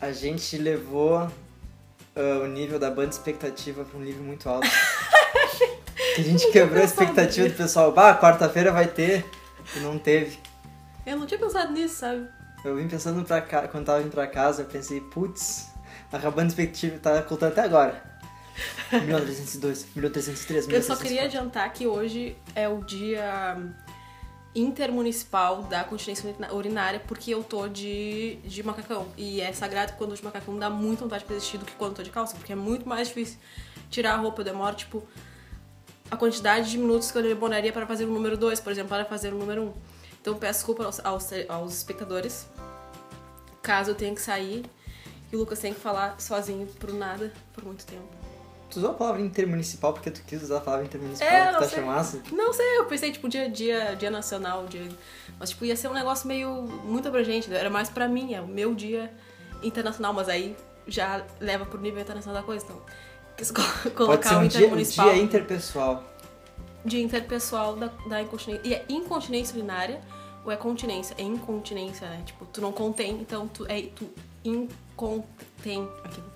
A gente levou ah, o nível da banda expectativa pra um nível muito alto. Que a gente quebrou a expectativa do pessoal. Bah, quarta-feira vai ter. E não teve. Eu não tinha pensado nisso, sabe? Eu vim pensando pra cá, quando tava indo pra casa, eu pensei, putz, acabando a expectativa, tá contando até agora. 1302, 1303, 1304. Eu só queria adiantar que hoje é o dia hum, intermunicipal da continência urina- urinária, porque eu tô de, de macacão. E é sagrado que quando eu tô de macacão dá muito vontade de fazer xixi do que quando eu tô de calça, porque é muito mais difícil tirar a roupa. Eu demoro, tipo, a quantidade de minutos que eu demoraria para fazer o número 2, por exemplo, para fazer o número 1. Um. Então peço desculpa aos, aos, aos espectadores, caso eu tenha que sair e o Lucas tenha que falar sozinho pro nada por muito tempo. Tu usou a palavra intermunicipal porque tu quis usar a palavra intermunicipal, É, tu não tá sei. chamasse? Não sei, eu pensei, tipo, dia, dia, dia nacional, dia... Mas, tipo, ia ser um negócio meio... Muito abrangente, né? era mais pra mim, é o meu dia internacional, mas aí já leva pro nível internacional da coisa, então... Quis co- Pode colocar ser o um dia, um intermunicipal, dia interpessoal. dia interpessoal da, da incontinência... E é incontinência urinária ou é continência? É incontinência, né? Tipo, tu não contém, então tu é... Tu incontém aquilo.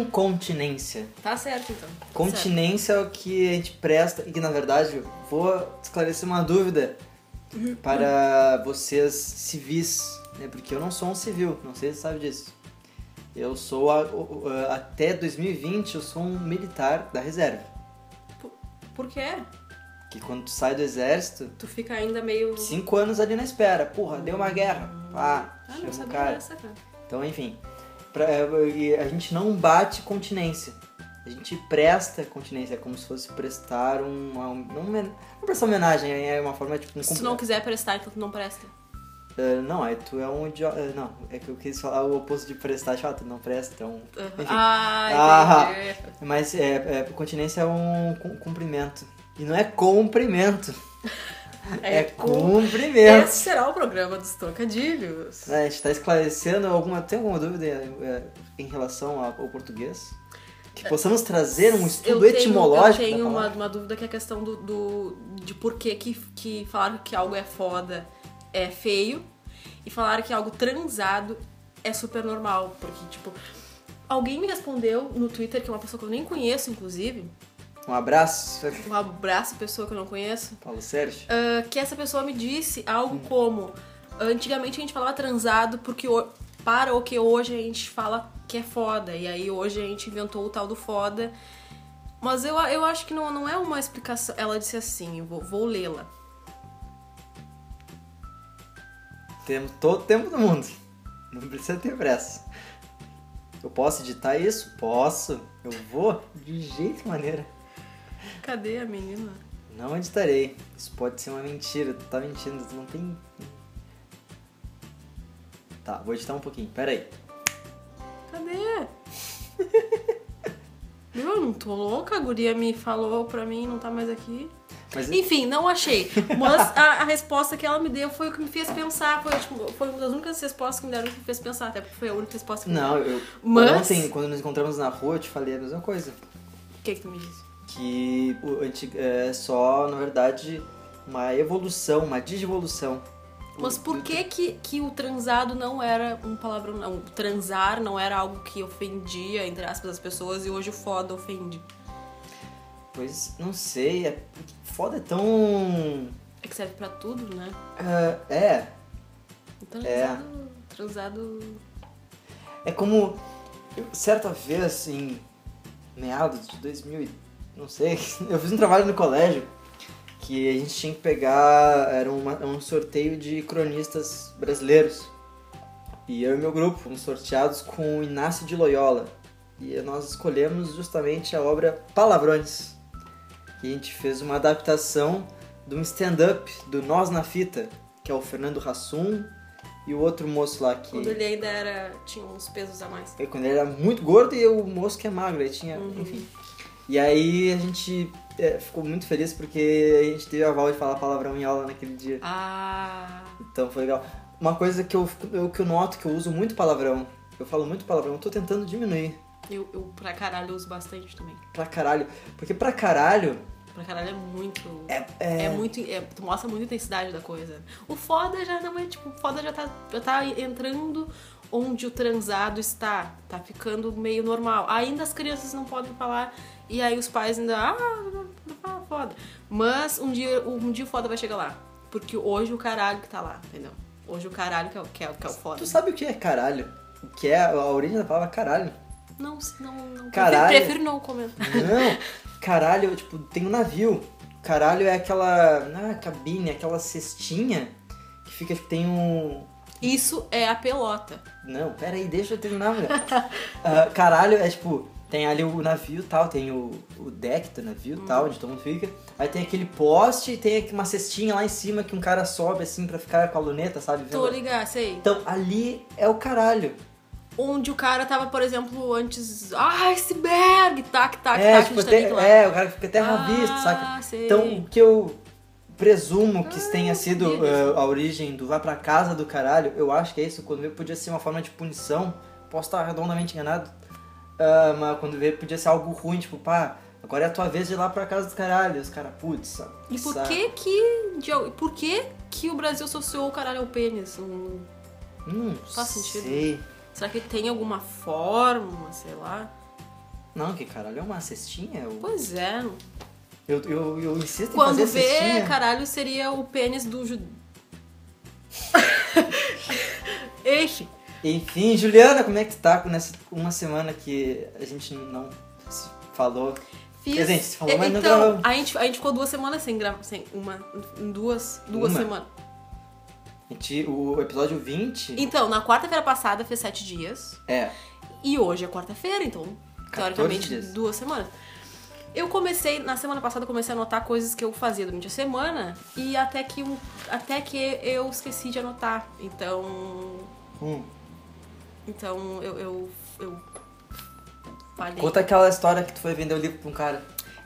Incontinência. Tá certo, então. Tá certo. Continência é o que a gente presta, e que na verdade eu vou esclarecer uma dúvida Uhum. para vocês civis, né? Porque eu não sou um civil, não sei se você sabe disso. Eu sou, a- o- o- a- até 2020, eu sou um militar da reserva. Por quê? Que quando tu sai do exército, Tu fica ainda meio... cinco anos ali na espera. Porra, deu uma guerra. Ah, Ah, não chama o sabia cara. dessa, cara. Então, enfim, pra- é, e a gente não bate continência. A gente presta continência, é como se fosse prestar um. uma- um- não, homen- não prestar homenagem, é uma forma tipo. Um, Se tu cumpri- não quiser prestar, então tu não presta. Eh, não, aí tu é um idiota. Não, é que eu quis falar o oposto de prestar, chato, não presta, então. Enfim. Ah, entendi. Mas é, é, continência é um cum- cumprimento. E não é cumprimento, é, com- cumprimento. Esse será o programa dos trocadilhos. É, a gente tá esclarecendo alguma. Tem alguma dúvida é, em relação ao ao português? Que possamos trazer um estudo É, eu etimológico. Tenho, eu tenho da uma, palavra. uma dúvida que é a questão do, do- de por que, que, que falaram que algo é foda é feio e falaram que algo transado é super normal. Porque, tipo, alguém me respondeu no Twitter, que é uma pessoa que eu nem conheço, inclusive, Um abraço, um abraço, pessoa que eu não conheço, Paulo Sérgio. Ah, que essa pessoa me disse algo como antigamente a gente falava transado porque o- para o que hoje a gente fala que é foda e aí hoje a gente inventou o tal do foda mas eu, eu acho que não, não é uma explicação ela disse assim eu vou, vou lê-la Temos todo o tempo do mundo. Não precisa ter pressa. Eu posso editar isso? Posso. Eu vou? De jeito e maneira. cadê a menina Não editarei. Isso pode ser uma mentira. Tu tá mentindo, tu não tem. Tá, vou editar um pouquinho. Pera aí. cadê Meu, eu não tô louca, a guria me falou pra mim, não tá mais aqui. Mas Enfim, não achei. Mas a, a resposta que ela me deu foi o que me fez pensar. Foi, tipo, foi uma das únicas respostas que me deram que me fez pensar. Até porque foi a única resposta que me Não, eu. Mas- Ontem, quando nos encontramos na rua, eu te falei a mesma coisa. O que, que tu me disse? Que o anti- é só, na verdade, uma evolução, uma digievolução. Mas por que, que que o transado não era um palavrão, não? O transar não era algo que ofendia, entre aspas, as pessoas e hoje o foda ofende? Pois não sei, é. Foda é tão. É que serve pra tudo, né? ah, é. O Transado, transado É como. eu- certa vez, em meados de 2000, e- não sei, eu fiz um trabalho no colégio que a gente tinha que pegar. Era uma- um sorteio de cronistas brasileiros. E eu e meu grupo fomos sorteados com o Inácio de Loyola. E nós escolhemos justamente a obra Palavrões. E a gente fez uma adaptação de um stand-up do Nós na Fita, que é o Fernando Hassum e o outro moço lá que. quando ele ainda era tinha uns pesos a mais. É, quando ele era muito gordo e o moço que é magro, ele tinha, enfim. E aí a gente é, ficou muito feliz porque a gente teve a aval de falar palavrão em aula naquele dia. Ah, Então foi legal. Uma coisa que eu, fico- eu- que eu noto que eu uso muito palavrão, eu falo muito palavrão, eu tô tentando diminuir eu, eu pra caralho uso bastante também. pra caralho. Porque pra caralho, Pra caralho é muito. É, muito. é- tu mostra muita intensidade da coisa. O foda já não é tipo. O foda já tá, já tá entrando onde o transado está. Tá ficando meio normal. Ainda as crianças não podem falar. E aí os pais ainda. Ah, ah foda. Mas um dia, um dia o foda vai chegar lá. Porque hoje o caralho que tá lá, entendeu? Hoje o caralho que é, o- que é, que é o foda. Tu sabe o que é caralho? O que é a origem da palavra caralho? Não, se- não, não. Caralho. Prefiro, prefiro não comentar. Não, caralho, tipo, tem um navio. Caralho é aquela. Na cabine, aquela cestinha que fica, tipo, tem um. Isso é a pelota. Não, peraí, deixa eu terminar, mulher. Ah, caralho, é tipo, tem ali o navio e tal, tem o, o deck do navio e Hum. tal, onde todo mundo fica. Aí tem aquele poste e tem aqui uma cestinha lá em cima que um cara sobe assim pra ficar com a luneta, sabe? Tô vendo? ligado, sei. Então ali é o caralho. Onde o cara tava, por exemplo, antes. Ah, iceberg! Tac, tac, tá é, tac, tipo, Titanic até- lá. é, o cara fica até à vista, Ah, saca? sei. Então o que eu presumo que Ah, tenha sido beleza. ah, a origem do vá pra casa do caralho, eu acho que é isso. Quando vê, podia ser uma forma de punição. Posso estar redondamente enganado. Ah, mas quando vê, podia ser algo ruim, tipo, pá, agora é a tua vez de ir lá pra casa do caralho. Os caras, putz, ah, sabe? E por sabe? que que, de al- por que que o Brasil associou o caralho ao pênis? Hum, Não Faz sei. sentido. será que tem alguma fórmula, sei lá? Não, que caralho, é uma cestinha? Eu, Pois é. eu, eu, eu insisto em Quando fazer vê, cestinha. caralho seria o pênis do judeu. Enfim. Enfim, Juliana, como é que tu tá com nessa uma semana que a gente não se falou? Fiz. Quer dizer, a gente se falou, mas não então, gravamos. a gente, a gente ficou duas semanas sem gravar. Sem uma. Duas. Duas Uma? semanas. A gente, o episódio 20 Então, na quarta-feira passada fez sete dias. é. E hoje é quarta-feira, então, 14 teoricamente, dias. duas semanas. Eu comecei, na semana passada, eu comecei a anotar coisas que eu fazia durante a semana e até que, um- até que eu esqueci de anotar. Então. Hum. Então eu. eu, eu falhei. Conta aquela história que tu foi vender o livro pra um cara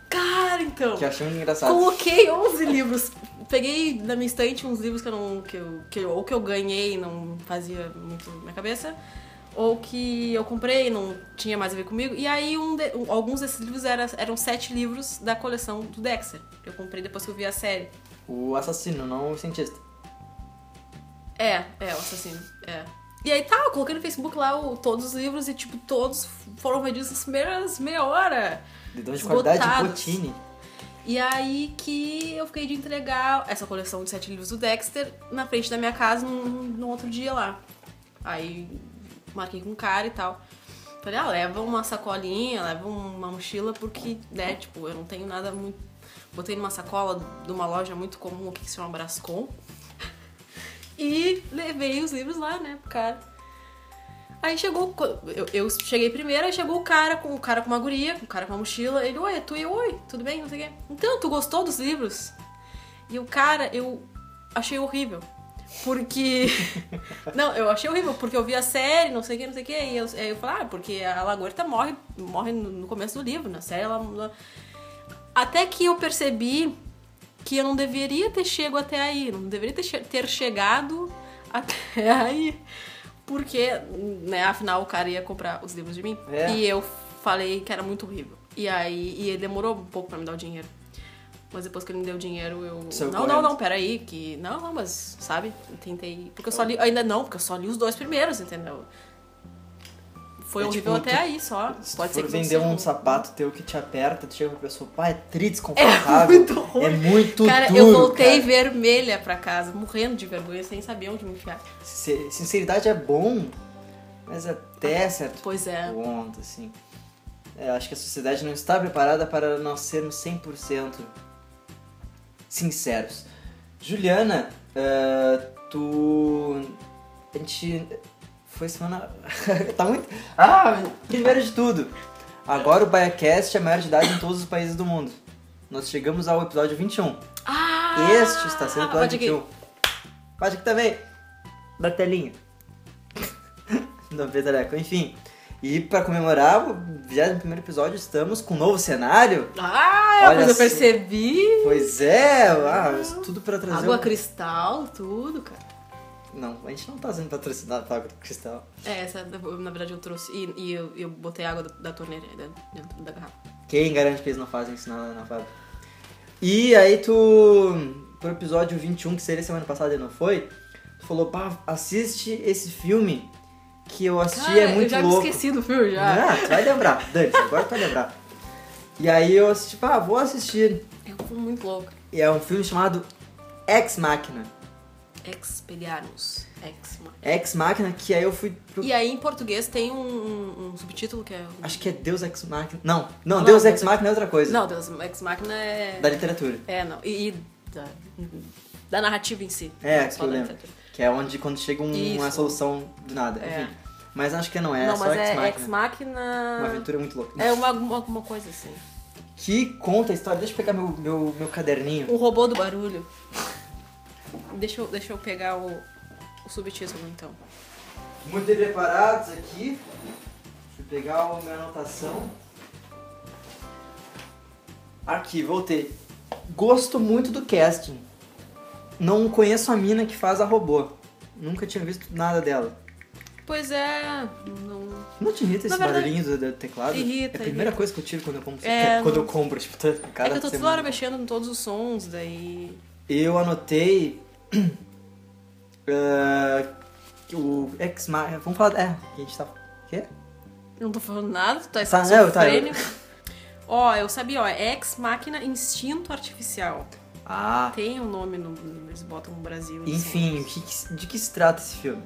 Cara, então! que eu achei muito engraçado. Coloquei 11 livros. Peguei na minha estante uns livros que eu não. Que eu, que eu- ou que eu ganhei e não fazia muito na minha cabeça. Ou que eu comprei e não tinha mais a ver comigo. E aí um de- um- alguns desses livros era- eram sete livros da coleção do Dexter. Que eu comprei depois que eu vi a série. O assassino, não o cientista. É, é, o assassino. É. E aí tá, eu coloquei no Facebook lá o- todos os livros e, tipo, todos foram vendidos nas primeiras meia hora. Dedão de Esgotados. qualidade Botini. E aí que eu fiquei de entregar essa coleção de sete livros do Dexter na frente da minha casa num, num outro dia lá. Aí marquei com um cara e tal. Falei, ah, leva uma sacolinha, leva uma mochila, porque, né, tipo, eu não tenho nada muito. Botei numa sacola de uma loja muito comum aqui que se chama Brascom. E levei os livros lá, né, pro cara. Aí chegou, co- eu, eu cheguei primeiro, aí chegou o cara com o cara com uma guria, o cara com uma mochila, ele, oi, é tu e eu, oi, tudo bem? Não sei o quê. Então, tu gostou dos livros? E o cara, eu achei horrível. Porque. não, eu achei horrível, porque eu vi a série, não sei o que, não sei o que. E eu, aí eu falei, ah, porque a Lagoerta morre, morre no no começo do livro, na série ela. ela- Até que eu percebi que eu não deveria ter chego até aí, não deveria ter, che- ter chegado até aí. Porque, né, afinal o cara ia comprar os livros de mim. É. E eu falei que era muito horrível. E aí, e ele demorou um pouco pra me dar o dinheiro. Mas depois que ele me deu o dinheiro, eu. Saiu não, correndo. não, não, peraí, que. Não, não, mas, sabe? Eu tentei. Porque eu só li. Ainda não, porque eu só li os dois primeiros, entendeu? Foi É horrível tipo, até tu- aí só. Se Pode tu ser for que vender não um seja. sapato teu que te aperta, tu chega pra pessoa, pá, é tri É desconfortável. muito ruim. É muito cara, duro, eu cara. voltei vermelha pra casa, morrendo de vergonha, sem saber onde me enfiar. Se- Sinceridade é bom, mas é Ah. até certo Pois é. ponto, assim. É, acho que a sociedade não está preparada para nós sermos 100% sinceros. Juliana, eh, tu. A gente. Foi semana. tá muito. Ah! Primeiro de tudo, agora o BaiaCast é maior de idade em todos os países do mundo. Nós chegamos ao episódio 21. Ah! Este está sendo o pode episódio 21. Bate aqui também. Da telinha. Não petaleco. Enfim. E pra comemorar o 21 episódio, estamos com um novo cenário. Ah, Olha mas eu só. percebi. Pois é, ah, mas tudo pra trazer. Água um- cristal, tudo, cara. Não, a gente não tá sendo patrocinado pela Água Cristal. É, essa na verdade eu trouxe. E, e eu, eu botei água da, da torneira da- dentro da garrafa. Quem garante que eles não fazem isso na, na fábrica? E aí tu, pro episódio 21, que seria semana passada e não foi, tu falou, pá, assiste esse filme que eu assisti Cara, é muito eu já louco. me esqueci do filme já. Ah, tu vai lembrar. Dante, agora tu vai lembrar. E aí eu assisti, tipo, ah, vou assistir. É um filme muito louco. E é um filme chamado Ex Machina. Expelliarmus. Ex Ex Machina, que aí eu fui pro... E aí em português tem um, um- um subtítulo que é. o- Acho que é Deus Ex Machina. Não, não, Não, Deus Deus Ex Machina é outra coisa. Não, Deus, Ex Machina é. Da literatura. É, não. E, e da, da narrativa em si. É, Não que só eu da lembro. literatura. Que é onde quando chega um- uma Isso. solução do nada. É. Enfim. Mas acho que não é, é não, só mas Ex é Ex Machina. Uma Machina. aventura muito louca. É uma, uma, uma coisa assim. Que conta a história. Deixa eu pegar meu, meu, meu caderninho. O Um robô do barulho. Deixa eu, deixa eu pegar o, o subtítulo então. Muito bem preparados aqui. Deixa eu pegar a minha anotação. Aqui, voltei. Gosto muito do casting. Não conheço a mina que faz a robô. Nunca tinha visto nada dela. Pois é. Não, Não te irrita Na esse verdade- barulhinho do, do teclado? Irrita, É a primeira irrita. coisa que eu tiro quando eu compro, É, quando eu compro tipo, tá- é cada que eu tô toda semana. hora mexendo em todos os sons, daí. Eu anotei ah, que o ex machina Vamos falar. É, que a gente tá. Quê? Eu Não tô falando nada, tu tá Tá, não, tá, eu- esquizofrênico. Ó, eu sabia, ó, é Ex Máquina Instinto Artificial. Ah. Tem um nome, no, no- eles botam no Brasil. eles Enfim, o que que- de que se trata esse filme?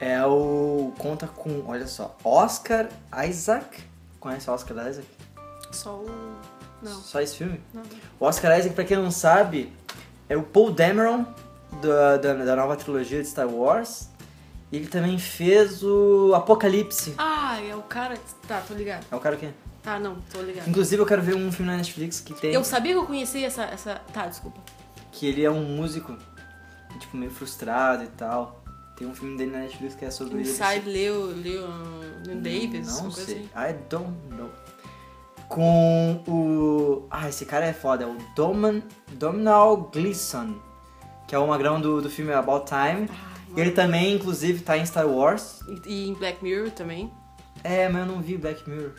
É o. Conta com. Olha só. Oscar Isaac. Conhece o Oscar Isaac? são Só o... Não, Só esse filme? não. O Oscar Isaac, pra quem não sabe, é o Paul Dameron da, da, da nova trilogia de Star Wars. E ele também fez o Apocalipse. Ah, é o cara... Tá, tô ligado. É o cara que. Tá, não, tô ligado. Inclusive, eu quero ver um filme na Netflix que tem. Eu sabia que eu conhecia essa... essa... Tá, desculpa. Que ele é um músico, tipo, meio frustrado e tal. Tem um filme dele na Netflix que é sobre ele. Inside Leo... Leo... Davis, Não uma coisa sei. assim. I don't know. Com o. Ah, esse cara é foda. É o Doman... Domhnall Gleeson. Que é o magrão do, do filme About Time. Ah, Ele também, inclusive, tá em Star Wars. e, e em Black Mirror também. É, mas eu não vi Black Mirror.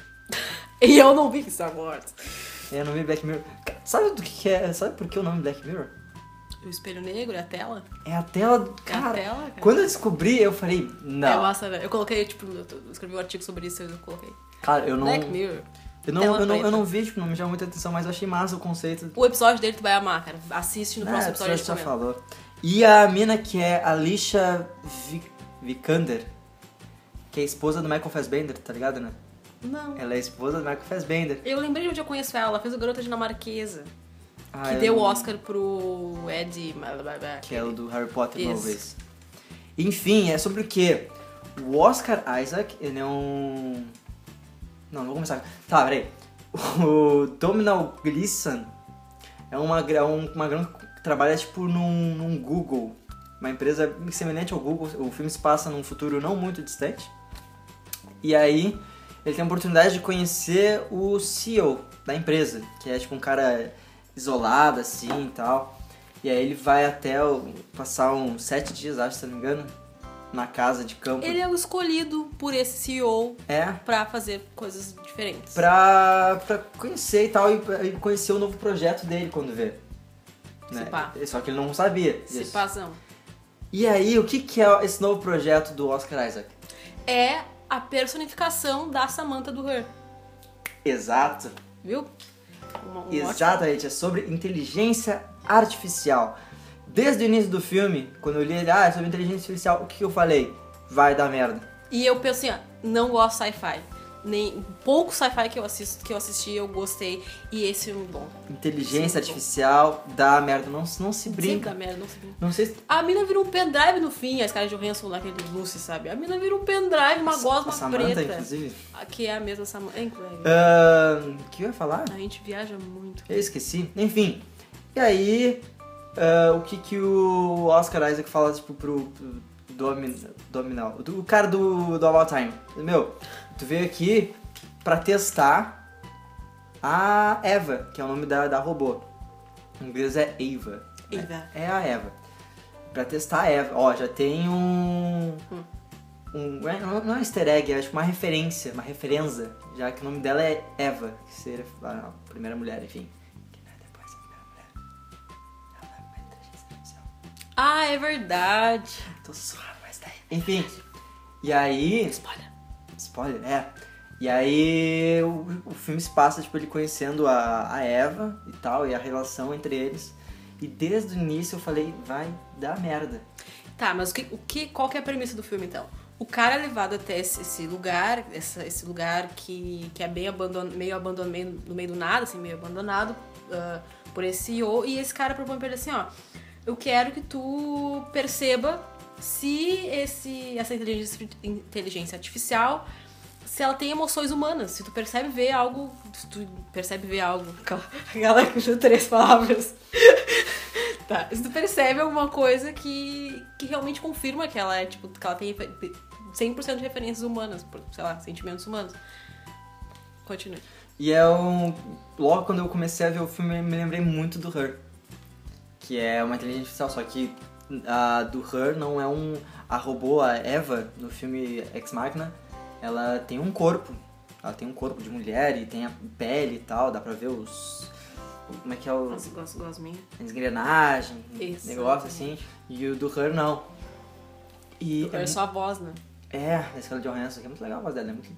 E eu não vi Star Wars. É, Eu não vi Black Mirror. Ca- Sabe do que, que é? Sabe por que o nome Black Mirror? O Espelho Negro, é a tela? É a tela do. É a Cara, tela, cara. quando eu descobri, eu falei, É não. massa, né? Eu coloquei, tipo, eu escrevi um artigo sobre isso e eu coloquei. Cara, eu não. Black Mirror. Eu não, Tela eu, não, eu preta. não vi, tipo, não me chamou muita atenção, mas eu achei massa o conceito. O episódio dele tu vai amar, cara. Assiste no Ah, próximo a episódio. pessoa a gente já comenta. falou. E a mina que é Alicia Vi- Vikander, que é esposa do Michael Fassbender, tá ligado, né? Não. Ela é esposa do Michael Fassbender. Eu lembrei de onde eu conheço ela. Ela fez o Garota Dinamarquesa. Ah, que eu deu o não- Oscar pro Ed... blá, blá, blá. Que é o do Harry Potter, Isso. talvez. Enfim, é sobre o quê? O Oscar Isaac, ele é um... Não, não vou começar. Tá, peraí. O Domhnall Gleeson é um magrão, um magrão que trabalha, tipo, num, num Google. Uma empresa semelhante ao Google. O filme se passa num futuro não muito distante. E aí, ele tem a oportunidade de conhecer o CEO da empresa. Que é, tipo, um cara isolado, assim, e tal. E aí ele vai até o- passar uns sete dias, acho, se não me engano, na casa de campo. Ele é o escolhido por esse CEO É, pra fazer coisas diferentes. pra, pra conhecer e tal, e, e conhecer o novo projeto dele quando vê. Né? Se pá. Só que ele não sabia Esse disso. pasão. E aí, o que, que é esse novo projeto do Oscar Isaac? É a personificação da Samantha do Her. Exato. Viu? Uma, um ótimo- Exatamente, é sobre inteligência artificial. Desde o início do filme, quando eu li ele, ah, é sobre inteligência artificial, o que, que eu falei? Vai dar merda. E eu pensei, ó, não gosto de sci-fi. Nem pouco sci-fi que eu assisto, que eu assisti, eu gostei. E esse é um bom. Inteligência Sim, artificial dá merda, não, não se Brinca, brinca. merda, não se brinca. Não sei se A mina vira um pendrive no fim, a Scarlett Johansson lá, aquele Lucy, sabe? A mina vira um pendrive, uma A gosma Samantha, preta. inclusive. É. Ah, Que é a mesma Samantha. Inclusive. Ahn, O que eu ia falar? A gente viaja muito. Eu esqueci. Enfim. E aí, ah, o que que o Oscar Isaac fala, tipo, pro, pro Domin, Dominal, do- o cara do, do About Time. Meu, tu veio aqui pra testar a Eva, que é o nome da, da robô. Em inglês é Eva. né? Eva. É a Eva. Pra testar a Eva. Ó, já tem um... Um, é, não não é um easter egg, é tipo uma referência, uma referenza, já que o nome dela é Eva, que seria a primeira mulher, enfim. Que não é depois a primeira mulher. Ela é uma inteligência artificial. Ah, é verdade. Tô suado, mas tá aí. Enfim, E aí. Spoiler. Spoiler, é. E aí o, o filme se passa, tipo, ele conhecendo a, a Eva e tal, e a relação entre eles. E desde o início eu falei, vai dar merda. Tá, mas o que, o que, qual que é a premissa do filme então? O cara é levado até esse, esse lugar, essa, esse lugar que, que é bem abandon, meio abandonado, meio no meio do nada, assim, meio abandonado ah, por esse CEO, e esse cara propõe pra ele assim, ó, eu quero que tu perceba se esse, essa inteligência, inteligência artificial, se ela tem emoções humanas, se tu percebe ver algo, se tu percebe ver algo, aquela- aquela que usa três palavras. Tá. Se tu percebe alguma coisa que, que realmente confirma que ela é, tipo, que ela tem refer- 100% de referências humanas, por- sei lá, sentimentos humanos. Continue. E é um. Logo quando eu comecei a ver o filme, eu me lembrei muito do Her. Que é uma inteligência artificial, só que a do Her não é um. A robô, a Eva, no filme Ex Machina, ela tem um corpo. Ela tem um corpo de mulher e tem a pele e tal, dá pra ver os. Como é que é o. Nossa, gosto, gosto minha. As engrenagens, Isso. negócio assim. E o do Her não. E É só a voz, né? é, a escola de Johansson, que é muito legal a voz dela, é muito.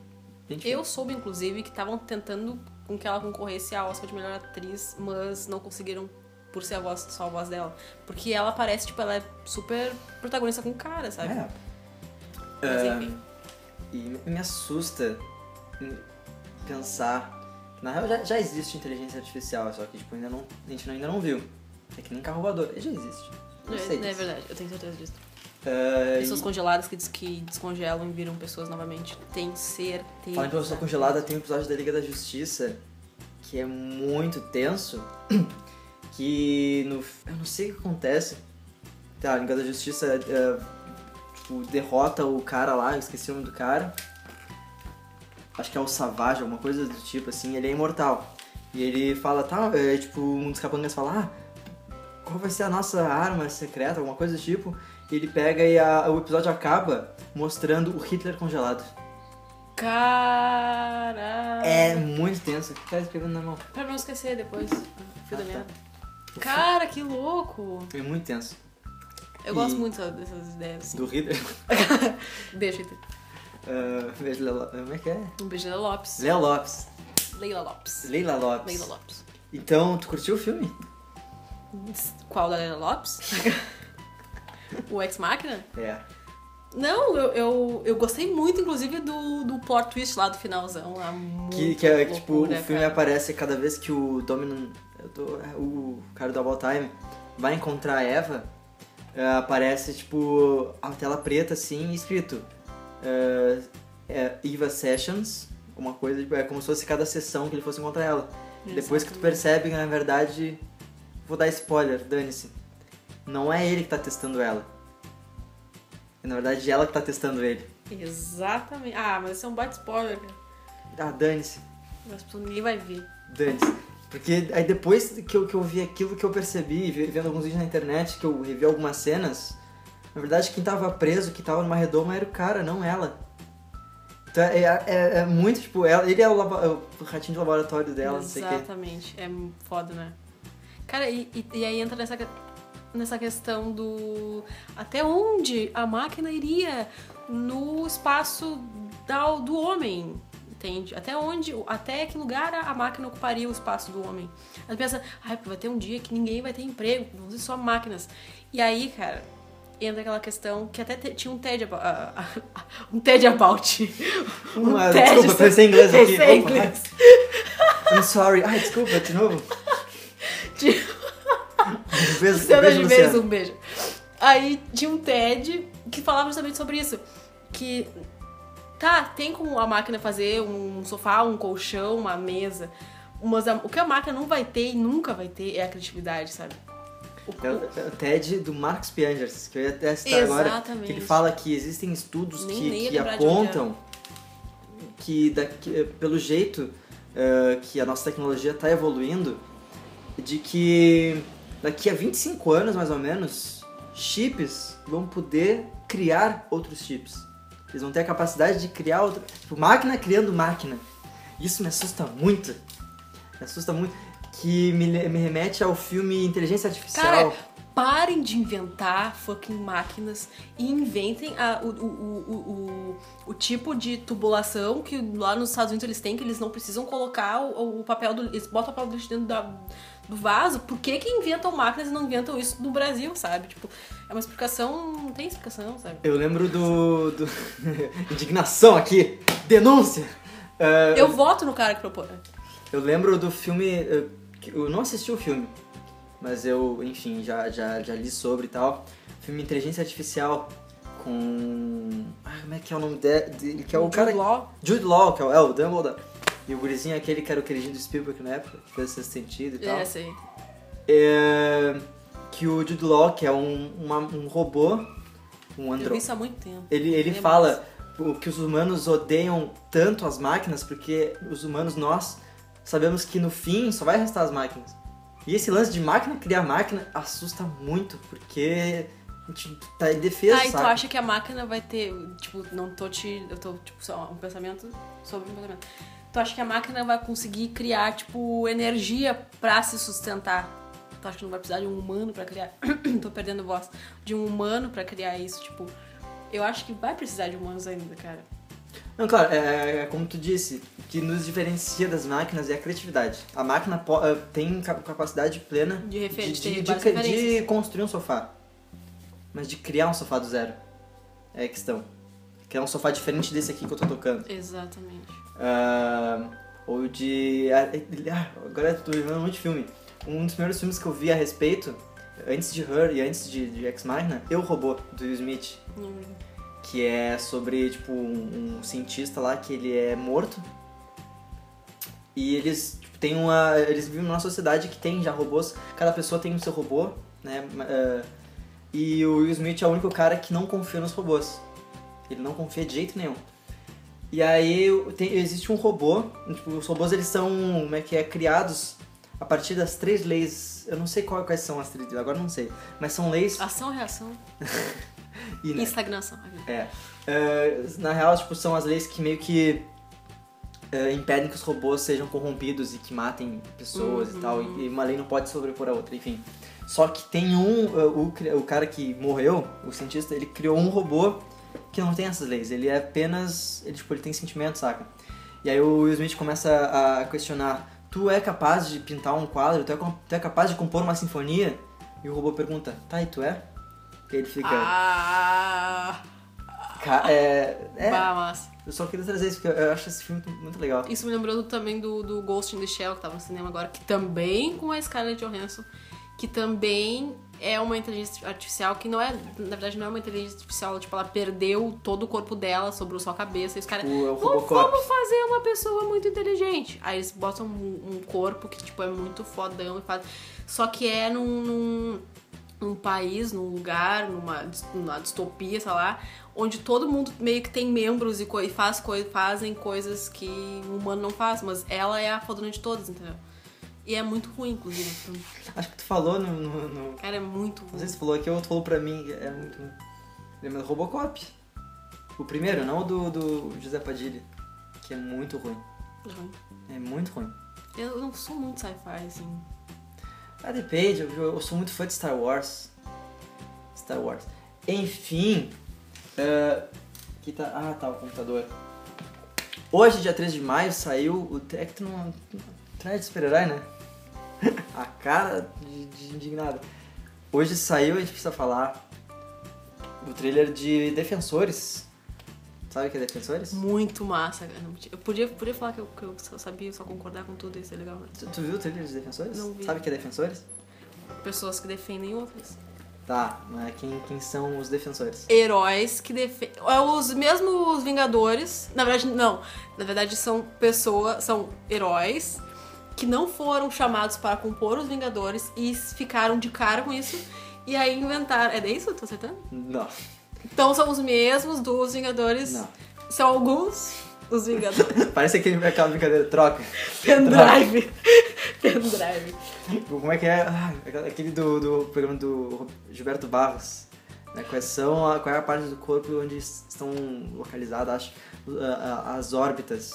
gente Eu soube, inclusive, que estavam tentando com que ela concorresse à Oscar de melhor atriz, mas não conseguiram por ser a voz, só a voz dela. Porque ela parece, tipo, ela é super protagonista com o cara, sabe? É. Mas enfim. E me assusta em pensar. que, Na real, já, já existe inteligência artificial, só que tipo, ainda não, a gente ainda não viu. É que nem carro voador, ele já existe. Eu sei não é disso. verdade, eu tenho certeza disso. Ah, Pessoas e congeladas que, diz que descongelam e viram pessoas novamente. Tem certeza. Falando em pessoa congelada, tem um episódio da Liga da Justiça que é muito tenso. Que no. Eu não sei o que acontece. Tá, a Liga da Justiça ah, tipo, derrota o cara lá, eu esqueci o nome do cara. acho que é o Savage, alguma coisa do tipo, assim, ele é imortal. E ele fala, tá, é, tipo, um dos capangas fala, ah, qual vai ser a nossa arma secreta, alguma coisa do tipo. E ele pega e a- o episódio acaba mostrando o Hitler congelado. Caralho. É muito tenso, o que tá escrevendo na mão? Pra não esquecer depois. Fio da Ah, merda. tá. Cara, que louco. É muito tenso. Eu E- gosto muito dessas ideias. assim. Do Hitler. Beijo, Heitor. Ah, veja Leila- como é que é? Um beijo, Leila Lopes. Léo Lopes. Leila Lopes. Leila Lopes. Leila Lopes. Então, tu curtiu o filme? Qual da Leila Lopes? o Ex Machina? É. Não, eu, eu, eu gostei muito, inclusive, do, do plot twist lá do finalzão. Lá, Que, muito que é, que, tipo, loucura, o filme cara. aparece cada vez que o Dominant. eu tô- é, o cara do About Time vai encontrar a Eva, é, aparece, tipo, a tela preta assim, escrito. é, é, Eva Sessions, uma coisa, tipo, é como se fosse cada sessão que ele fosse encontrar ela. Depois que tu Exatamente. percebe que na verdade. Vou dar spoiler, dane-se. Não é ele que tá testando ela. É na verdade ela que tá testando ele. Exatamente. Ah, mas isso é um baita spoiler, cara. Ah, dane-se. As pessoas ninguém vai ver. Dane-se. Porque aí depois que eu, que eu vi aquilo que eu percebi, ve- vendo alguns vídeos na internet, que eu revi algumas cenas, na verdade quem tava preso, que tava numa redoma era o cara, não ela. Então é, é- é muito tipo, ela, ele é o, labo- o ratinho de laboratório dela, não sei o quê. Exatamente. É foda, né? Cara, e, e- e aí entra nessa, que- nessa questão do. Até onde a máquina iria no espaço da- do homem? Entende? Até onde, até que lugar a a máquina ocuparia o espaço do homem? Ela pensa, ai, vai ter um dia que ninguém vai ter emprego, vão ser só máquinas. E aí, cara, entra aquela questão que até te- tinha um TED about, um TED about. Um Ah, TED desculpa, sobre- pensei em inglês aqui. Pensei em Opa. inglês. I'm sorry. Ai, desculpa, de novo. De- Um beijo, um Luciana beijo, de vez, Luciano. um beijo. Aí tinha um TED que falava justamente sobre isso. Que tá, tem como a máquina fazer um sofá, um colchão, uma mesa. Mas a- o que a máquina não vai ter e nunca vai ter é a criatividade, sabe? O- É o- é o TED do Marx Piangers, que eu ia até citar agora. Exatamente. Que ele fala que existem estudos Nem- que, nem ia que lembrar de um onde apontam que, da- que, eh, pelo jeito eh, que a nossa tecnologia está evoluindo, de que daqui a 25 anos, mais ou menos, chips vão poder criar outros chips. Eles vão ter a capacidade de criar outra... Tipo, máquina criando máquina. Isso me assusta muito. Me assusta muito. Que me, le- me remete ao filme Inteligência Artificial. Cara, Parem de inventar fucking máquinas e inventem a- o, o- o- o- o- o tipo de tubulação que lá nos Estados Unidos eles têm, que eles não precisam colocar o, o papel do. Eles botam o papel do lixo dentro da- do vaso. Por que, que inventam máquinas e não inventam isso no Brasil, sabe? Tipo, é uma explicação. Não tem explicação, sabe? Eu lembro do. do- Indignação aqui! Denúncia! Ah, Eu voto no cara que propõe. Eu lembro do filme. eh, que Eu não assisti o filme, mas eu, enfim, já, já, já li sobre e tal. Filme Inteligência Artificial com. Ah, como é que é o nome de- dele? Que é o Jude cara. Law. Jude Law, que é o, é, o Dumbledore. E o gurizinho é aquele que era o queridinho do Spielberg na época, que fez sexto sentido e tal. É, sei. É, que o Jude Law, que é um, uma- um robô, um Eu vi andro... isso há muito tempo. Ele, ele Lembro fala o que os humanos odeiam tanto as máquinas, porque os humanos, nós, sabemos que no fim só vai restar as máquinas. E esse lance de máquina criar máquina assusta muito, porque a gente tá em defesa, Tá, e tu sabe? acha que a máquina vai ter. Tipo, não tô te. Eu tô, tipo, só um pensamento sobre um pensamento. Tu acha que a máquina vai conseguir criar, tipo, energia pra se sustentar? Tu acha que não vai precisar de um humano pra criar. tô perdendo voz. De um humano pra criar isso, tipo. Eu acho que vai precisar de humanos ainda, cara. Não, claro, é, é como tu disse, o que nos diferencia das máquinas é a criatividade. A máquina po- eh, tem ca- capacidade plena De referência, de, tem de, várias de- referências. de construir um sofá. Mas de criar um sofá do zero. É a questão. Criar um sofá diferente desse aqui que eu tô tocando. Exatamente. Ah, ou de. Ah, agora eu tô lembrando muito de filme. Um dos primeiros filmes que eu vi a respeito, antes de Her e antes de, de Ex Machina, Eu Robô, do Will Smith. Que é sobre, tipo, um, um cientista lá que ele é morto. E eles tipo, têm uma. Eles vivem numa sociedade que tem já robôs. Cada pessoa tem o seu robô, né? ma- ah, e o Will Smith é o único cara que não confia nos robôs. Ele não confia de jeito nenhum. E aí tem- existe um robô, tipo, os robôs eles são, como é que é, criados a partir das três leis, eu não sei qual- quais são as três, agora não sei, mas são leis Ação, reação e, e estagnação. é. Eh, na real, tipo, são as leis que meio que eh, impedem que os robôs sejam corrompidos e que matem pessoas e tal. E uma lei não pode sobrepor a outra, enfim. Só que tem um. eh, o, cri- o cara que morreu, o cientista, ele criou um robô que não tem essas leis. Ele é apenas. Ele, tipo, ele tem sentimento, saca? E aí o Will Smith começa a questionar: Tu é capaz de pintar um quadro? Tu é, com- tu é capaz de compor uma sinfonia? E o robô pergunta: Tá, e tu é? E ele fica. Ah! "Ca- é, é, Bah, massa. eu só queria trazer isso, porque eu acho esse filme muito legal. Isso me lembrou do- também do, do Ghost in the Shell, que tava no cinema agora, que também com a Scarlett Johansson, que também é uma inteligência artificial, que não é, na verdade, não é uma inteligência artificial, tipo, ela perdeu todo o corpo dela, sobrou só a cabeça, e os caras, O, é o não Robocop. vamos fazer uma pessoa muito inteligente. Aí eles botam um, um corpo que, tipo, é muito fodão e faz... Só que é num... num num país, num lugar, numa, dis- numa distopia, sei lá, onde todo mundo meio que tem membros e, co- e faz coi- fazem coisas que o humano não faz, mas ela é a fodona de todas, entendeu? E é muito ruim, inclusive. esse filme. Acho que tu falou no, no, no- Cara, é muito Não ruim. sei se tu falou aqui ou tu falou pra mim. É muito. Lembra do Robocop? O primeiro, não o do, do José Padilha. Que é muito ruim. Ruim. É muito ruim. Eu não sou muito sci-fi, assim. Ah, depende. Eu, eu sou muito fã de Star Wars. Star Wars. Enfim. ah, aqui tá. Ah, tá, o computador. Hoje, dia 3 de maio, saiu o. É que tu não. Traz de super-herói, né? A cara de, de indignado. Hoje saiu, a gente precisa falar. O trailer de Defensores. Sabe o que é Defensores? Muito massa, cara. Não, Eu podia, podia falar que eu, que eu só sabia, só concordar com tudo isso, é legal, né? Tu, tu viu o trailer de Defensores? Não vi. Sabe o que é Defensores? Pessoas que defendem outras. Tá, mas quem, quem são os defensores? heróis que defendem. Os mesmos Vingadores. Na verdade, não. Na verdade, são pessoas. São heróis que não foram chamados para compor os Vingadores e ficaram de cara com isso. E aí inventaram. É isso? Tô acertando? Não. Então são os mesmos dos Vingadores. Não. São alguns dos Vingadores. Parece aquele, aquela brincadeira, troca. Pendrive. Pendrive. Como é que é? Ah, aquela- aquele do, do programa do Gilberto Barros. Né? Quais são a, qual é a parte do corpo onde es- estão localizadas, acho, a- a- as órbitas.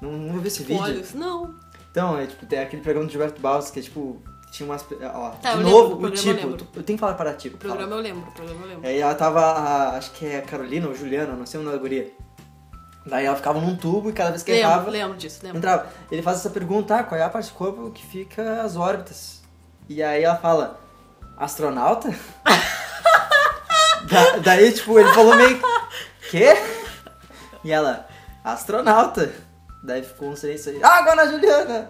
Não, não vi esse vídeo. Olhos. Não. Então, é tipo, tem aquele programa do Gilberto Barros que é tipo. Tinha umas. pe- Ó, Tá, de eu lembro, o novo, o programa eu tipo. Eu, lembro. tenho que falar para tipo. O programa eu lembro, o programa eu lembro. Aí ela tava, a- acho que é Carolina ou Juliana, não sei o nome da guria. Daí ela ficava num tubo e cada vez que lembro, entrava, lembro disso, lembro. entrava. Ele faz essa pergunta, ah, qual é a parte do corpo que fica as órbitas? E aí ela fala, astronauta? Da- daí, tipo, ele falou meio que, quê? E ela, astronauta. Daí ficou um silêncio aí, ah, agora a Juliana!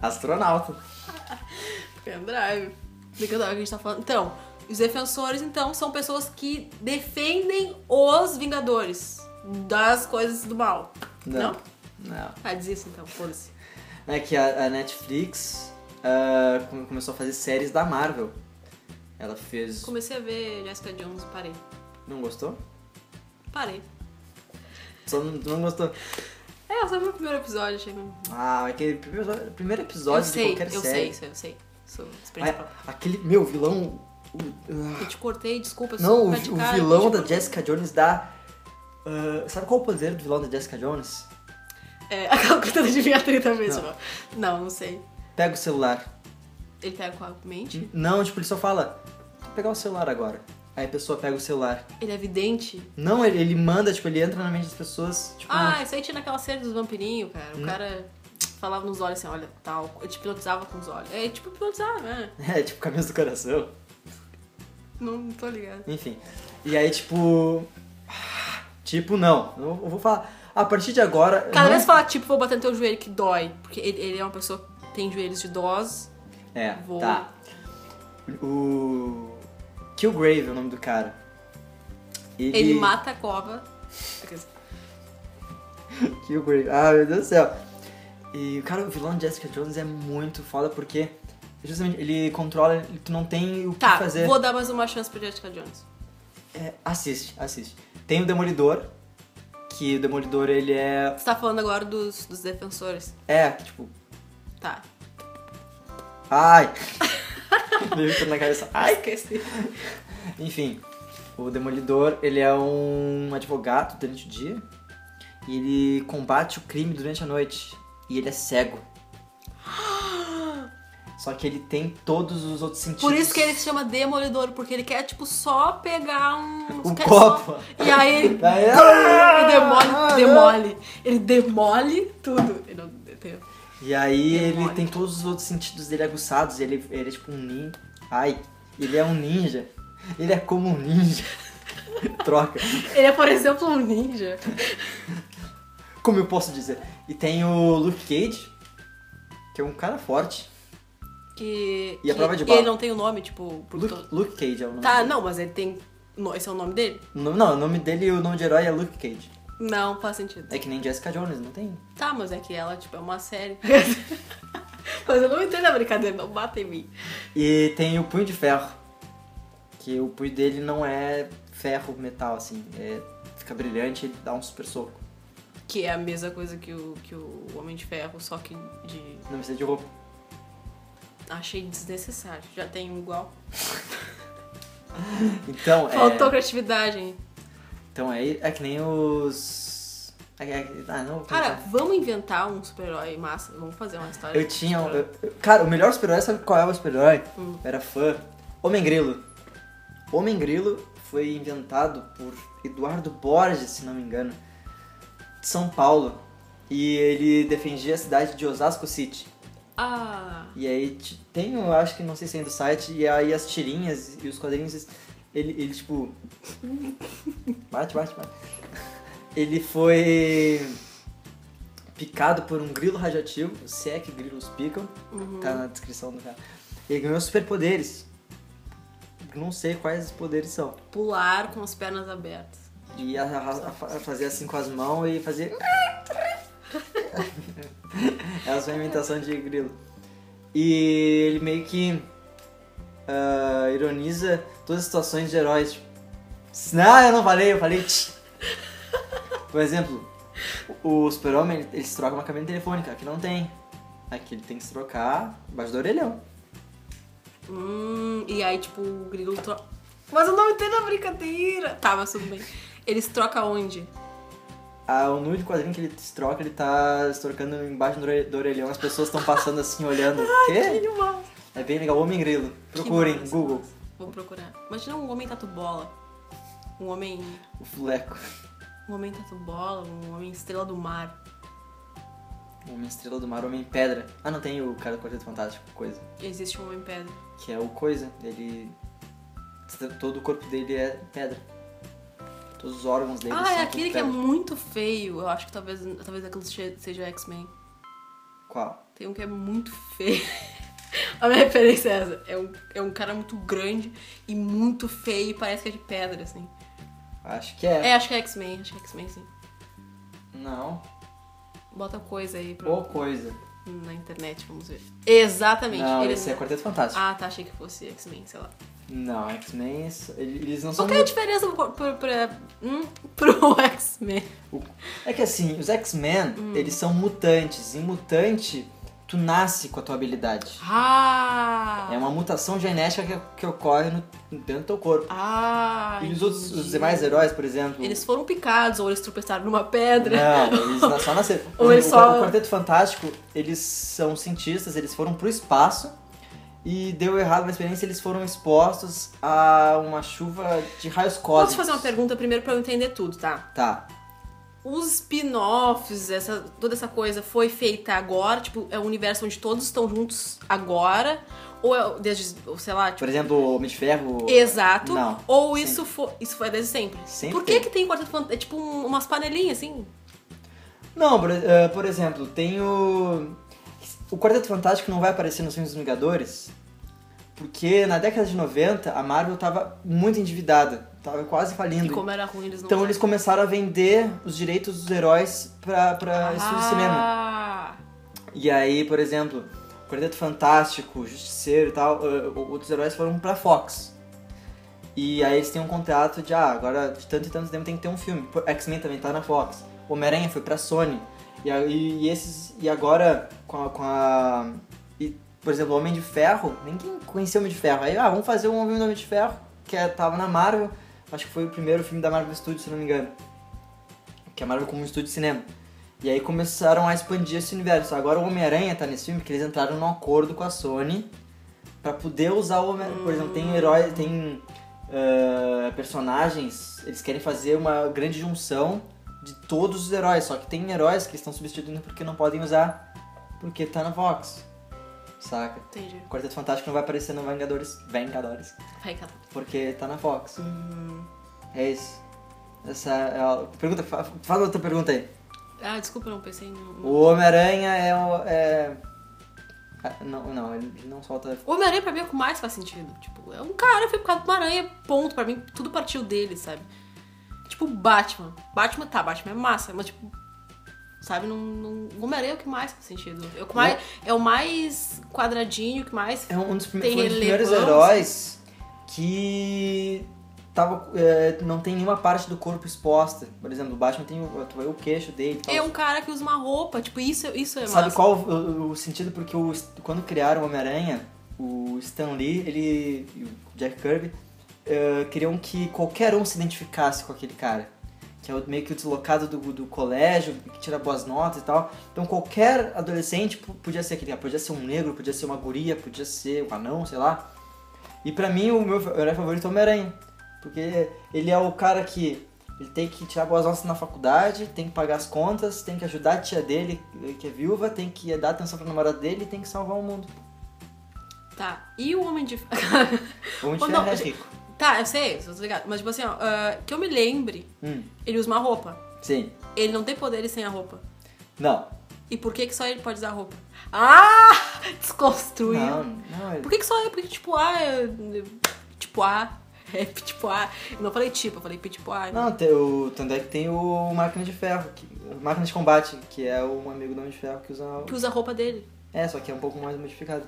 Astronauta. Pendrive. Do que eu tava- que a gente tá falando. Então, os defensores, então, são pessoas que defendem os Vingadores das coisas do mal. Não? Não. Ah, diz isso então, foda-se. É que a, a Netflix ah, come- começou a fazer séries da Marvel. Ela fez. Comecei a ver Jessica Jones e parei. Não gostou? Parei. Só não, tu não gostou. É, só meu primeiro episódio, achei meio- Ah, aquele primeiro, primeiro Eu episódio de sei, qualquer eu série. sei, isso eu sei. Sou Mas experiência própria. aquele. Meu, vilão. o- ah, Eu te cortei, desculpa, eu não, sou um o, cara de o cara, tipo, vilão eu te da cortei. Jessica Jones dá. ah, sabe qual é o poder do vilão da Jessica Jones? É, acabo tentando adivinhar 30 vezes. Não. Não. então, tipo, não, não sei. Pega o celular. Ele pega com a mente? Não, tipo, ele só fala. Vou pegar o celular agora. Aí a pessoa pega o celular. Ele é vidente? Não, ele, ele manda, tipo, ele entra na mente das pessoas. Tipo, Ah, isso aí tinha naquela série dos vampirinhos, cara. Hum. O cara falava nos olhos assim, olha, tal. Eu te hipnotizava com os olhos. É, tipo, hipnotizava, né? é, tipo, caminhos do coração. Não, não tô ligado. Enfim. E aí, tipo. Tipo, não. Eu vou falar. A partir de agora. Cada não- é? vez que fala, tipo, vou bater no teu joelho que dói. Porque ele, ele é uma pessoa que tem joelhos de idosos. É, Vou. tá. O. Killgrave é o nome do cara. Ele mata a cova. Quer dizer, Kilgrave. Ah, meu Deus do céu. E, cara, o vilão de Jessica Jones é muito foda porque. Justamente, ele controla, tu não tem o que Tá, fazer. vou dar mais uma chance pra Jessica Jones. É, assiste, assiste. Tem o Demolidor, que o Demolidor ele é. Você tá falando agora dos, dos defensores. É, tipo, Tá. Ai! Meio que na cabeça. Ai! esqueci. Enfim, o Demolidor, ele é um advogado durante o dia e ele combate o crime durante a noite. E ele é cego. Só que ele tem todos os outros sentidos. Por isso que ele se chama Demolidor, porque ele quer, tipo, só pegar um... Um quer copo. só- E aí ele Daí- Ele demole, Ah, demole. Ele demole tudo. Ele não tem- E aí ele Demônio. tem todos os outros sentidos dele aguçados. Ele, ele é tipo um ninja. Ai, ele é um ninja. Ele é como um ninja. Troca. Ele é, por exemplo, um ninja. Como eu posso dizer? E tem o Luke Cage, que é um cara forte. Que, E a que- prova de e bala. ele não tem o nome, tipo, por Luke, todo. Luke Cage é o nome. Tá, dele. não, mas ele tem. no- Esse é o nome dele? No- Não, o nome dele e o nome de herói é Luke Cage. Não, faz sentido. É que nem Jessica Jones, não tem? Tá, mas é que ela, tipo, é uma série. mas eu não entendo a brincadeira, não bata em mim. E tem o Punho de Ferro, que o punho dele não é ferro, metal, assim. É, fica brilhante e dá um super soco. Que é a mesma coisa que o, que o Homem de Ferro, só que de. Não precisa de roupa. Achei desnecessário. Já tem um igual. Então, Faltou é... criatividade, hein? Então é, é que nem os... é- é- Ah, não. vou Cara, pensar. vamos inventar um super-herói massa. Vamos fazer uma história. Eu de tinha... um- super-herói. eu- eu- Cara, o melhor super-herói, sabe qual é o super-herói? Hum. Eu Era fã. Homem Grilo. Homem Grilo foi inventado por Eduardo Borges, se não me engano, de São Paulo. E ele defendia a cidade de Osasco City. Ah, E aí ti- tem, eu acho que não sei se ainda do site, e aí as tirinhas e os quadrinhos, ele, ele tipo. Bate, bate, bate. Ele foi picado por um grilo radioativo, se é que grilos picam, tá na descrição do cara. Ele ganhou superpoderes. Não sei quais os poderes são. pular com as pernas abertas. E a, a- a fa- fazer assim com as mãos e fazer. é a sua imitação de grilo. E ele meio que ah, ironiza todas as situações de heróis. Tipo, se- não, eu não falei, eu falei. tch." Por exemplo, o o super-homem ele, ele se troca uma cabine telefônica, aqui não tem. Aqui ele tem que se trocar embaixo do orelhão. Hum, e aí, tipo, o grilo troca. Mas eu não entendo a brincadeira. Tá, mas tudo bem. Eles trocam onde? a- o número de quadrinho que ele troca, ele tá trocando embaixo do ore- do orelhão, as pessoas estão passando assim, olhando. Quê? Que massa. É bem legal, Homem Grilo. Procurem, massa. Google, Vou procurar. Imagina um homem tatu bola. Um homem. o Fleco. Um homem tatu bola, um homem estrela do mar. Homem Estrela do Mar, Homem Pedra. Ah, não tem o cara do Quarteto Fantástico, coisa. Existe um homem pedra. Que é o coisa, ele. Todo o corpo dele é pedra. Todos os órgãos dele ah, são é tudo aquele que é pedra. muito. muito feio. Eu acho que talvez, talvez aquilo seja seja X-Men. Qual? Tem um que é muito feio. A minha referência é essa. É um, é um cara muito grande e muito feio e parece que é de pedra, assim. Acho que é. É, acho que é X-Men, acho que é X-Men, sim. Não. Bota coisa aí pra, Ou coisa. na internet, vamos ver. Exatamente. Não, ele- esse é Quarteto Fantástico. Ah, tá, achei que fosse X-Men, sei lá. Não, X-Men, isso- ele- eles não são. Qual que é a diferença pro, pro, pra- hum, pro X-Men? O- É que assim, os X-Men, Hum. eles são mutantes. Em mutante, tu nasce com a tua habilidade. Ah! É uma mutação genética que, que ocorre no- dentro do teu corpo. Ah! e os outros, os entendi. demais é- heróis, por exemplo. Eles foram picados, ou eles tropeçaram numa pedra. Não, eles na- só nasceram. Ou O- eles o, só- o Quarteto Fantástico, eles são cientistas, eles foram pro espaço e deu errado na experiência, eles foram expostos a uma chuva de raios cósmicos. Posso fazer uma pergunta primeiro pra eu entender tudo, tá? Tá. Os spin-offs, essa, toda essa coisa foi feita agora? Tipo, é um universo onde todos estão juntos agora? Ou é desde, ou sei lá, tipo, Por exemplo, o Homem de Ferro. exato? Não, Ou sempre. isso foi, isso foi desde sempre? Sempre Por que teve. que tem quarteto fantástico? É tipo um- umas panelinhas, assim? Não, por, eh, por exemplo, tem o. O Quarteto Fantástico não vai aparecer nos filmes dos Vingadores, porque na década de 90 a Marvel tava muito endividada, tava quase falindo. E como era ruim, eles não... Então eles começaram a vender os direitos dos heróis pra, pra estúdio de cinema. Ah, E aí, por exemplo, Quarteto Fantástico, Justiceiro e tal, eh, outros heróis foram pra Fox. E aí eles têm um contrato de, ah, agora de tanto e tanto tempo tem que ter um filme. Pô, X-Men também tá na Fox. Homem-Aranha foi pra Sony. E, aí- e esses. E agora com a. com a- e, por exemplo, Homem de Ferro, ninguém conhecia Homem de Ferro. Aí, ah, vamos fazer um filme do Homem de Ferro, que é- tava na Marvel, acho que foi o primeiro filme da Marvel Studios, se não me engano. Que é a Marvel como um estúdio de cinema. E aí começaram a expandir esse universo. Agora o Homem-Aranha tá nesse filme, porque eles entraram num acordo com a Sony pra poder usar o homem Por exemplo, tem herói, tem ah, personagens, eles querem fazer uma grande junção de todos os heróis, só que tem heróis que estão substituindo porque não podem usar, porque tá na Vox. Saca? entendi. O Quarteto Fantástico não vai aparecer no Vingadores, Vingadores, Vai, cara. porque tá na Fox. É isso. Essa é a pergunta, fa- fala outra pergunta aí. Ah, desculpa, não pensei em... O Homem-Aranha é o. É... Ah, Não, não, ele não solta. O Homem-Aranha pra mim é o que mais faz sentido. Tipo, é um cara, foi por causa de uma aranha, ponto. Pra mim, tudo partiu dele, sabe? Tipo, Batman. Batman tá, Batman é massa, mas tipo. Sabe, não. não... O Homem-Aranha é o que mais faz sentido. É o, que mais, é o mais quadradinho, o que mais. um- É um dos, prime- Tem foi um dos primeiros relevância. heróis que tava, é, não tem nenhuma parte do corpo exposta. Por exemplo, o Batman tem o, tu vê o queixo dele e tal. É um cara que usa uma roupa, tipo, isso, isso é massa. Sabe qual o, o sentido? Porque o, quando criaram o Homem-Aranha, o Stan Lee ele, e o Jack Kirby eh, queriam que qualquer um se identificasse com aquele cara. Que é o- meio que o deslocado do, do colégio, que tira boas notas e tal. Então qualquer adolescente p- podia ser aquele cara. Podia ser um negro, podia ser uma guria, podia ser um anão, sei lá. E pra mim o meu fa- herói favorito é o Homem-Aranha. Porque ele é o cara que ele tem que tirar boas notas na faculdade, tem que pagar as contas, tem que ajudar a tia dele, que é viúva, tem que dar atenção pra namorada dele e tem que salvar o mundo. Tá. E o Homem de. Vamos tirar Ou não, é mas- rico. tá, eu sei, eu tô ligado. Mas, tipo assim, ó, ah, que eu me lembre, Hum, ele usa uma roupa. sim. Ele não tem poderes sem a roupa. Não. E por que, que só ele pode usar roupa? Ah! Desconstruiu. Não, não. é- Por que, que só é? Porque tipo A é. Tipo A. É tipo A. Eu não falei tipo, eu falei tipo A. Não, tem o, tanto é que tem o Máquina de Ferro, que, o Máquina de Combate, que é um amigo do Homem de Ferro que usa... Que usa a roupa dele. É, só que é um pouco mais modificado.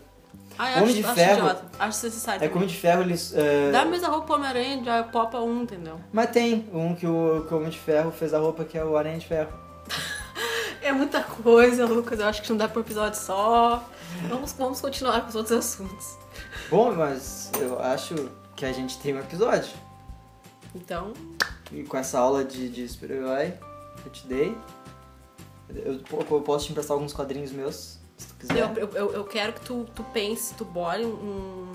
Ah, eu Homem acho, de acho Ferro. idiota. Acho necessário. É que o Homem de Ferro, eles... eh, Ah, tá Dá a mesma roupa pro Homem-Aranha, já popa um, entendeu? Mas tem um que o, que o Homem de Ferro fez a roupa que é o Aranha de Ferro. É muita coisa, Lucas. Eu acho que não dá pra um episódio só. Vamos, vamos continuar com os outros assuntos. Bom, mas eu acho que a gente tem um episódio. Então, E com essa aula de, de super-herói, eu te dei. Eu, eu posso te emprestar alguns quadrinhos meus, se tu quiser. Eu, eu- eu- eu quero que tu, tu pense, tu bore um,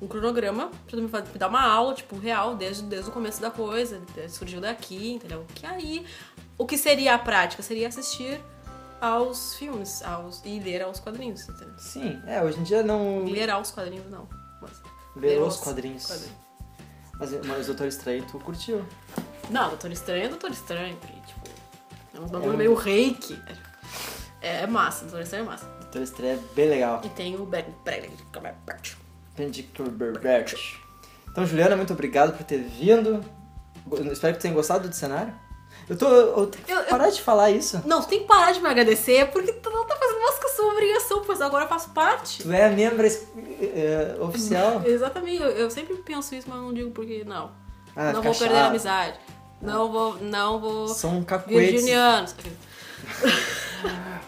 um cronograma pra tu me, fa- me dar uma aula, tipo, real, desde, desde o começo da coisa, de- surgiu daqui, entendeu? Que aí, o que seria a prática? Seria assistir aos filmes aos, e ler aos quadrinhos, entendeu? Sim, é, hoje em dia não. Ler aos quadrinhos, não. Mas, Ler ler os os quadrinhos. quadrinhos. Mas, mas Doutor Estranho, tu curtiu. Não, Doutor Estranho é Doutor Estranho, porque, tipo, é um É bagulho um- meio reiki. É, é massa, Doutor Estranho é massa. Doutor Estranho é bem legal. E tem o Ben Cumberbatch. Benedict Cumberbatch. Então, Juliana, muito obrigado por ter vindo. Go- Espero que tenha gostado do cenário. Eu tô. Eu tenho que Eu- eu- parar de falar isso. Não, tu tem que parar de me agradecer, porque tu não tá fazendo mais que a sua obrigação, pois agora eu faço parte. Tu é a membra es- eh, oficial. Exatamente, eu, eu sempre penso isso, mas eu não digo porque não. Ah, não fica vou perder a chato. um amizade. Não vou. Não vou. São cacuetes. Virginianos.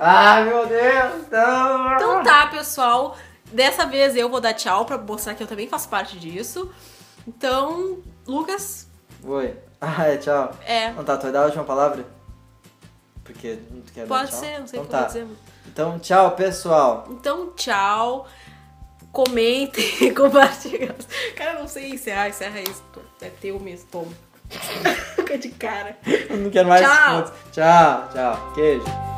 Ah, meu Deus! Não. Então tá, pessoal. Dessa vez eu vou dar tchau pra mostrar que eu também faço parte disso. Então, Lucas, Oi. Ah, é, tchau. é. Então tá, tu vai dar a última palavra? Porque não tu quer dar Pode tchau? ser, não sei o então que tá. eu vou dizer. Então tchau, pessoal. Então, tchau. Comentem, compartilhem. Cara, eu não sei encerrar, encerra isso. É teu mesmo, toma. Fica de cara. Eu não quero mais. Tchau. Tchau, tchau. Queijo.